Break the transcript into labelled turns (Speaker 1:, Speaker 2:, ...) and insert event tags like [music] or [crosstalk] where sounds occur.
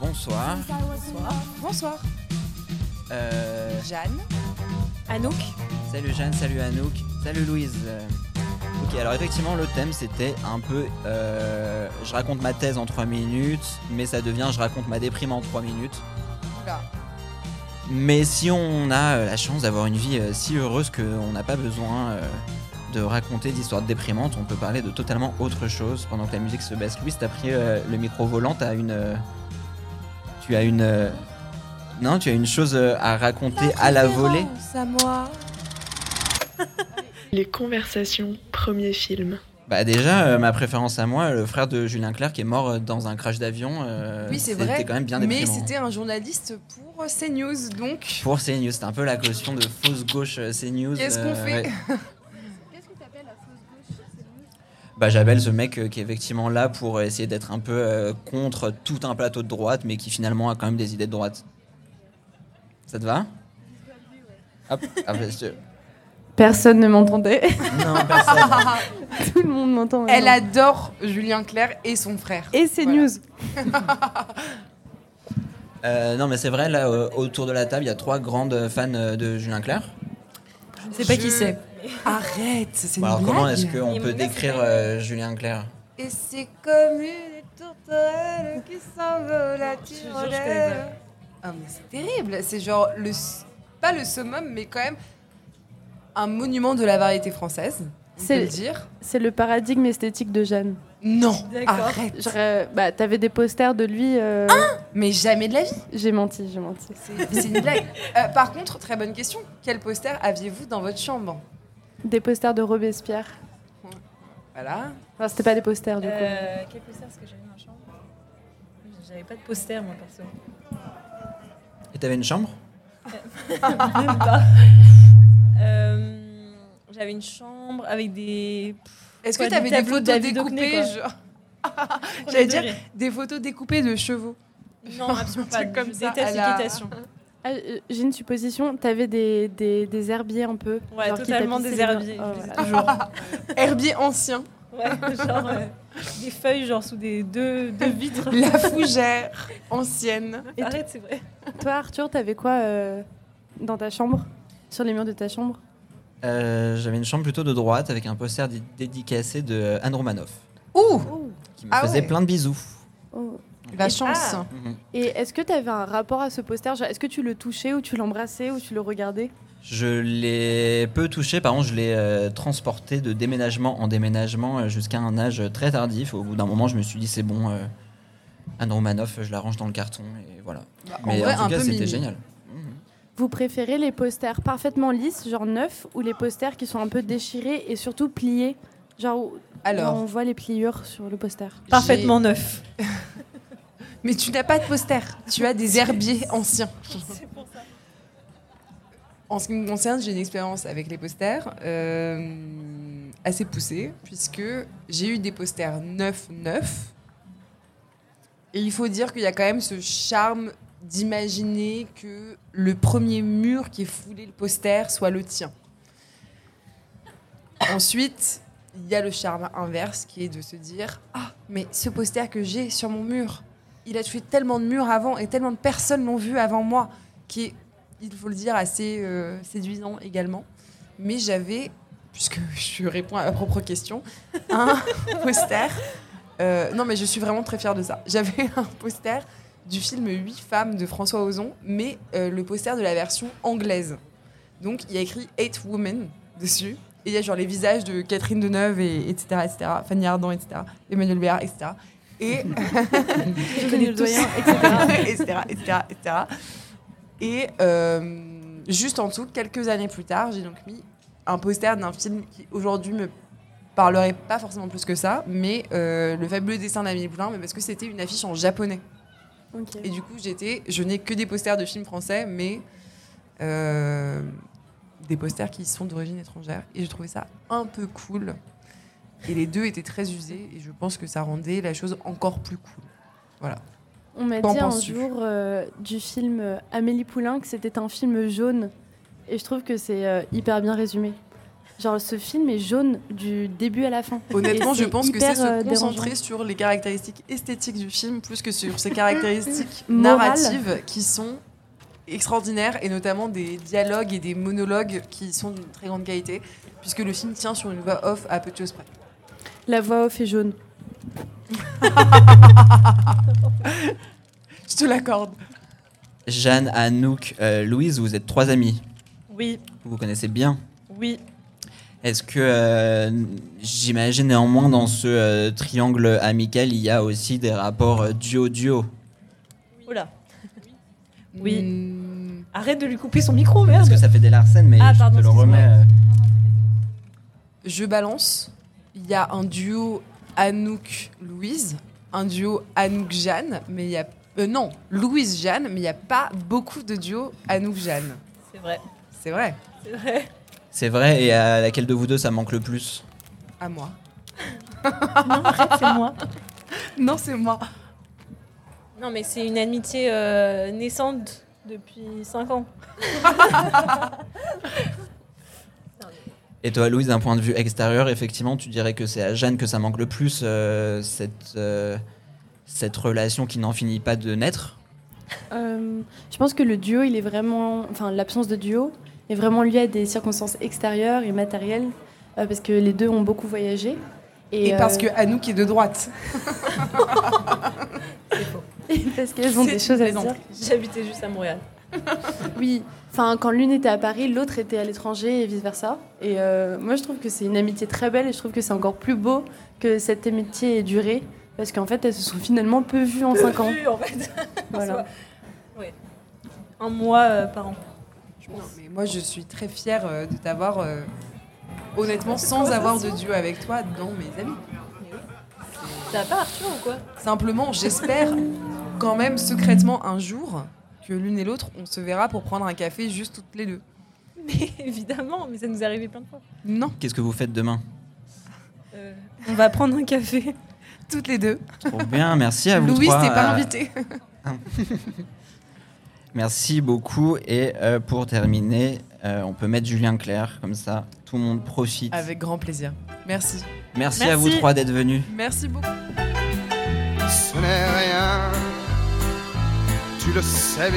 Speaker 1: Bonsoir.
Speaker 2: Bonsoir.
Speaker 3: Bonsoir.
Speaker 1: Euh,
Speaker 2: Jeanne.
Speaker 3: Anouk.
Speaker 1: salut Jeanne, salut Anouk, salut Louise. Euh, Ok, alors effectivement, le thème c'était un peu euh, je raconte ma thèse en 3 minutes, mais ça devient je raconte ma déprime en 3 minutes.
Speaker 2: Oula.
Speaker 1: Mais si on a euh, la chance d'avoir une vie euh, si heureuse qu'on n'a pas besoin euh, de raconter d'histoires déprimantes, on peut parler de totalement autre chose pendant que la musique se baisse. Louise, t'as pris euh, le micro volant, t'as une. euh, tu as une. euh, non, tu as une chose euh, à raconter à la volée. Euh,
Speaker 3: À moi.
Speaker 4: Les conversations, premier film.
Speaker 1: Bah déjà, euh, ma préférence à moi, le frère de Julien Clerc qui est mort euh, dans un crash d'avion. euh,
Speaker 3: Oui, c'est
Speaker 1: c'était
Speaker 3: vrai,
Speaker 1: quand même bien
Speaker 3: Mais
Speaker 1: déprimant. hein.
Speaker 3: c'était un journaliste pour CNews, donc
Speaker 1: Pour CNews, c'est un peu la caution de fausse gauche euh, CNews.
Speaker 3: Qu'est-ce qu'on fait
Speaker 1: ouais.
Speaker 5: Qu'est-ce que t'appelles la fausse gauche c'est nous
Speaker 1: Bah j'appelle ce mec euh, qui est effectivement là pour essayer d'être un peu euh, contre tout un plateau de droite, mais qui finalement a quand même des idées de droite. Ça te va Hop, ah, bah, je-
Speaker 6: Personne ne
Speaker 1: [laughs]
Speaker 6: m'entendait. [laughs]
Speaker 1: Non, personne.
Speaker 6: Tout le monde m'entend.
Speaker 3: elle
Speaker 6: maintenant.
Speaker 3: adore Julien Clerc et son frère.
Speaker 6: Et c'est
Speaker 3: Voilà.
Speaker 6: news.
Speaker 1: Euh, non mais c'est vrai, là, euh, autour de la table, il y a trois grandes fans euh, de Julien Clerc.
Speaker 3: C'est pas qui c'est. Arrête, c'est une
Speaker 1: Bon, alors comment
Speaker 3: blague.
Speaker 1: est-ce qu'on
Speaker 5: Et
Speaker 1: peut
Speaker 5: mon gars, c'est
Speaker 1: décrire
Speaker 5: pas-
Speaker 1: euh, Julien Clerc
Speaker 3: Et c'est comme une tourterelle qui s'envole à tire-l'aile. Ah, mais c'est terrible. C'est genre le s- pas le summum, mais quand même un monument de la variété française. on peut
Speaker 6: C'est-
Speaker 3: le dire.
Speaker 6: C'est le paradigme esthétique de Jeanne.
Speaker 3: Non,
Speaker 5: D'accord.
Speaker 3: arrête.
Speaker 6: Genre, euh, bah, t'avais des posters de lui. euh,
Speaker 5: Ah
Speaker 3: Mais jamais de la vie.
Speaker 6: j'ai menti, j'ai menti.
Speaker 3: C'est c'est une blague. Euh, par contre, très bonne question. Quel poster aviez-vous dans votre chambre
Speaker 6: Des posters de Robespierre.
Speaker 3: Voilà.
Speaker 6: Enfin, c'était pas des posters du coup.
Speaker 5: Euh, Quel poster est-ce que j'avais dans ma chambre J'avais pas de poster, moi, perso.
Speaker 1: Et t'avais une chambre
Speaker 5: [laughs] Même pas. Euh, J'avais une chambre avec des.
Speaker 3: Est-ce
Speaker 5: Quoi,
Speaker 3: que tu avais
Speaker 5: des
Speaker 3: des
Speaker 5: tableaux
Speaker 3: photos
Speaker 5: de David Hockney,
Speaker 3: découpées
Speaker 5: quoi.
Speaker 3: genre- J'allais dire des photos découpées de chevaux.
Speaker 5: Non, absolument pas.
Speaker 3: truc comme
Speaker 5: Comme je
Speaker 3: ça,
Speaker 5: déteste
Speaker 3: à la-
Speaker 5: l'équitation.
Speaker 6: Ah, euh, j'ai une supposition. T'avais des, des, des herbiers un peu.
Speaker 5: Ouais,
Speaker 6: genre qui
Speaker 5: totalement
Speaker 6: tapissaient
Speaker 5: des
Speaker 6: les murs.
Speaker 5: herbiers.
Speaker 6: Oh,
Speaker 5: je les ai
Speaker 6: voilà.
Speaker 5: toujours.
Speaker 3: Herbier ancien.
Speaker 5: Ouais, genre euh, des feuilles, genre sous des deux, deux
Speaker 3: [laughs]
Speaker 5: vitres.
Speaker 3: La fougère ancienne.
Speaker 6: Et
Speaker 5: Arrête, c'est vrai.
Speaker 6: Toi, Arthur, t'avais quoi euh, dans ta chambre Sur les murs de ta chambre
Speaker 1: Euh, J'avais une chambre plutôt de droite avec un poster dé- dédicacé de euh, Anne Romanoff
Speaker 3: Ouh,
Speaker 1: qui me
Speaker 3: Ah
Speaker 1: faisait
Speaker 3: ouais.
Speaker 1: plein de bisous.
Speaker 6: Oh.
Speaker 3: la chance.
Speaker 5: Ah.
Speaker 6: Et est-ce que t'avais un rapport à ce poster Genre, Est-ce que tu le touchais ou tu l'embrassais ou tu le regardais
Speaker 1: Je l'ai peu touché, par contre je l'ai euh, transporté de déménagement en déménagement euh, jusqu'à un âge très tardif. Au bout d'un moment, je me suis dit c'est bon, euh, Anne Romanoff, je la range dans le carton et voilà.
Speaker 3: Bah, en
Speaker 1: Mais
Speaker 3: vrai,
Speaker 1: en
Speaker 3: un
Speaker 1: tout cas,
Speaker 3: peu
Speaker 1: c'était
Speaker 3: mimi.
Speaker 1: génial.
Speaker 6: Vous préférez les posters parfaitement lisses, genre neufs, ou les posters qui sont un peu déchirés et surtout pliés Genre, où- genre,
Speaker 3: Alors,
Speaker 6: on voit les pliures sur le poster.
Speaker 5: Parfaitement neuf.
Speaker 3: mais tu n'as pas de poster. Tu as des herbiers anciens.
Speaker 5: C'est pour ça.
Speaker 3: En ce qui me concerne, j'ai une expérience avec les posters euh, assez poussée, puisque j'ai eu des posters neufs, neufs. Et il faut dire qu'il y a quand même ce charme d'imaginer que le premier mur qui est foulé le poster soit le tien. Ensuite, il y a le charme inverse qui est de se dire Ah, mais ce poster que j'ai sur mon mur, il a tué tellement de murs avant et tellement de personnes l'ont vu avant moi, qui est il faut le dire, assez euh, séduisant également. Mais j'avais, puisque [laughs] je réponds à ma propre question, un poster. euh, non, mais je suis vraiment très fière de ça. J'avais [laughs] un poster du film Huit femmes de François Ozon, mais euh, le poster de la version anglaise. Donc il y a écrit Eight Women dessus. Et il y a genre les visages de Catherine Deneuve, et, etc., etc., Fanny Ardant, etc., Emmanuel Béard, etc. Et
Speaker 6: Je connais le
Speaker 3: tous.
Speaker 6: doyen,
Speaker 3: [laughs] etc., etc., etc. Et euh, juste en dessous, quelques années plus tard, j'ai donc mis un poster d'un film qui aujourd'hui me parlerait pas forcément plus que ça, mais euh, le fabuleux dessin d'Amélie Poulain, mais parce que c'était une affiche en japonais.
Speaker 6: Ok.
Speaker 3: Et du coup, j'étais, je n'ai que des posters de films français, mais euh, des posters qui sont d'origine étrangère. Et j'ai trouvé ça un peu cool. Et les deux étaient très usés, et je pense que ça rendait la chose encore plus cool.
Speaker 6: On m'a
Speaker 3: Qu'en
Speaker 6: dit un
Speaker 3: penses-tu
Speaker 6: jour euh, du film euh, Amélie Poulain que c'était un film jaune. Et je trouve que c'est euh, hyper bien résumé. Genre, ce film est jaune du début à la fin.
Speaker 3: Honnêtement,
Speaker 6: Et
Speaker 3: je pense que c'est
Speaker 6: hyper, euh,
Speaker 3: se concentrer
Speaker 6: dérangeant.
Speaker 3: sur les caractéristiques esthétiques du film plus que sur
Speaker 6: [laughs]
Speaker 3: ses caractéristiques
Speaker 6: Morales.
Speaker 3: narratives qui sont extraordinaires et notamment des dialogues et des monologues qui sont d'une très grande qualité puisque le film tient sur une voix off à peu de choses près.
Speaker 6: La voix off est jaune.
Speaker 3: Je te l'accorde.
Speaker 1: Jeanne, Anouk, euh, Louise, vous êtes trois amies.
Speaker 5: Oui,
Speaker 1: Vous vous connaissez bien.
Speaker 5: oui.
Speaker 1: Est-ce que euh, j'imagine néanmoins dans ce euh, triangle amical, il y a aussi des rapports euh, duo-duo
Speaker 5: Oula. Oui.
Speaker 3: Hmm.
Speaker 5: Arrête de lui couper son micro, Oh, merde.
Speaker 1: Parce que ça fait des larcènes, mais
Speaker 5: Ah,
Speaker 1: je
Speaker 5: pardon,
Speaker 1: te le
Speaker 5: excuse-moi.
Speaker 1: remets. euh,
Speaker 3: Je balance. Il y a un duo Anouk-Louise, un duo Anouk-Jeanne, mais il y a. euh, non, Louise-Jeanne, mais il n'y a pas beaucoup de duos Anouk-Jeanne.
Speaker 5: C'est vrai.
Speaker 3: C'est vrai,
Speaker 5: C'est vrai.
Speaker 1: C'est vrai, et à laquelle de vous deux ça manque le plus
Speaker 3: à moi.
Speaker 5: Non, arrête, c'est moi.
Speaker 3: Non, c'est moi.
Speaker 5: Non, mais c'est une amitié euh, naissante depuis 5 ans.
Speaker 1: Et toi, Louise, d'un point de vue extérieur, effectivement, tu dirais que c'est à Jeanne que ça manque le plus, euh, cette, euh, cette relation qui n'en finit pas de naître.
Speaker 6: Euh, je pense que le duo, il est vraiment, enfin l'absence de duo est vraiment liée à des circonstances extérieures et matérielles, euh, parce que les deux ont beaucoup voyagé.
Speaker 3: Et, parce
Speaker 6: euh,
Speaker 3: que Anouk est de droite.
Speaker 6: [laughs] et parce qu'elles ont
Speaker 5: C'est
Speaker 6: des
Speaker 5: une
Speaker 6: choses à se dire.
Speaker 5: plaisanterie. J'habitais juste à Montréal.
Speaker 6: Oui, enfin quand l'une était à Paris, l'autre était à l'étranger et vice versa. Et euh, moi, je trouve que c'est une amitié très belle et je trouve que c'est encore plus beau que cette amitié ait duré, parce qu'en fait, elles se sont finalement peu vues en 5 ans.
Speaker 5: Vu, en fait. [laughs]
Speaker 6: Voilà.
Speaker 5: Un mois euh, par an.
Speaker 3: Non, mais moi, je suis très fière euh, de t'avoir, euh, honnêtement, sans avoir de duo avec toi dans mes amis.
Speaker 5: T'as pas Arthur ou quoi [laughs]
Speaker 3: Simplement, j'espère [laughs] quand même secrètement un jour que l'une et l'autre, on se verra pour prendre un café juste toutes les deux.
Speaker 5: Mais évidemment, mais ça nous est arrivé plein de fois.
Speaker 3: Non,
Speaker 1: Qu'est-ce que vous faites demain
Speaker 5: Euh, on va prendre un café.
Speaker 3: toutes les deux.
Speaker 1: Trop bien, merci à vous
Speaker 3: Louise,
Speaker 1: trois,
Speaker 3: t'es pas
Speaker 1: euh,
Speaker 3: invitée.
Speaker 1: Merci beaucoup. Et euh, pour terminer, euh, on peut mettre Julien Clerc, comme ça, tout le monde profite.
Speaker 3: Avec grand plaisir. Merci.
Speaker 1: Merci, à
Speaker 5: Merci.
Speaker 1: vous trois d'être venus.
Speaker 3: Merci beaucoup.
Speaker 2: ce n'est rien. Tu le sais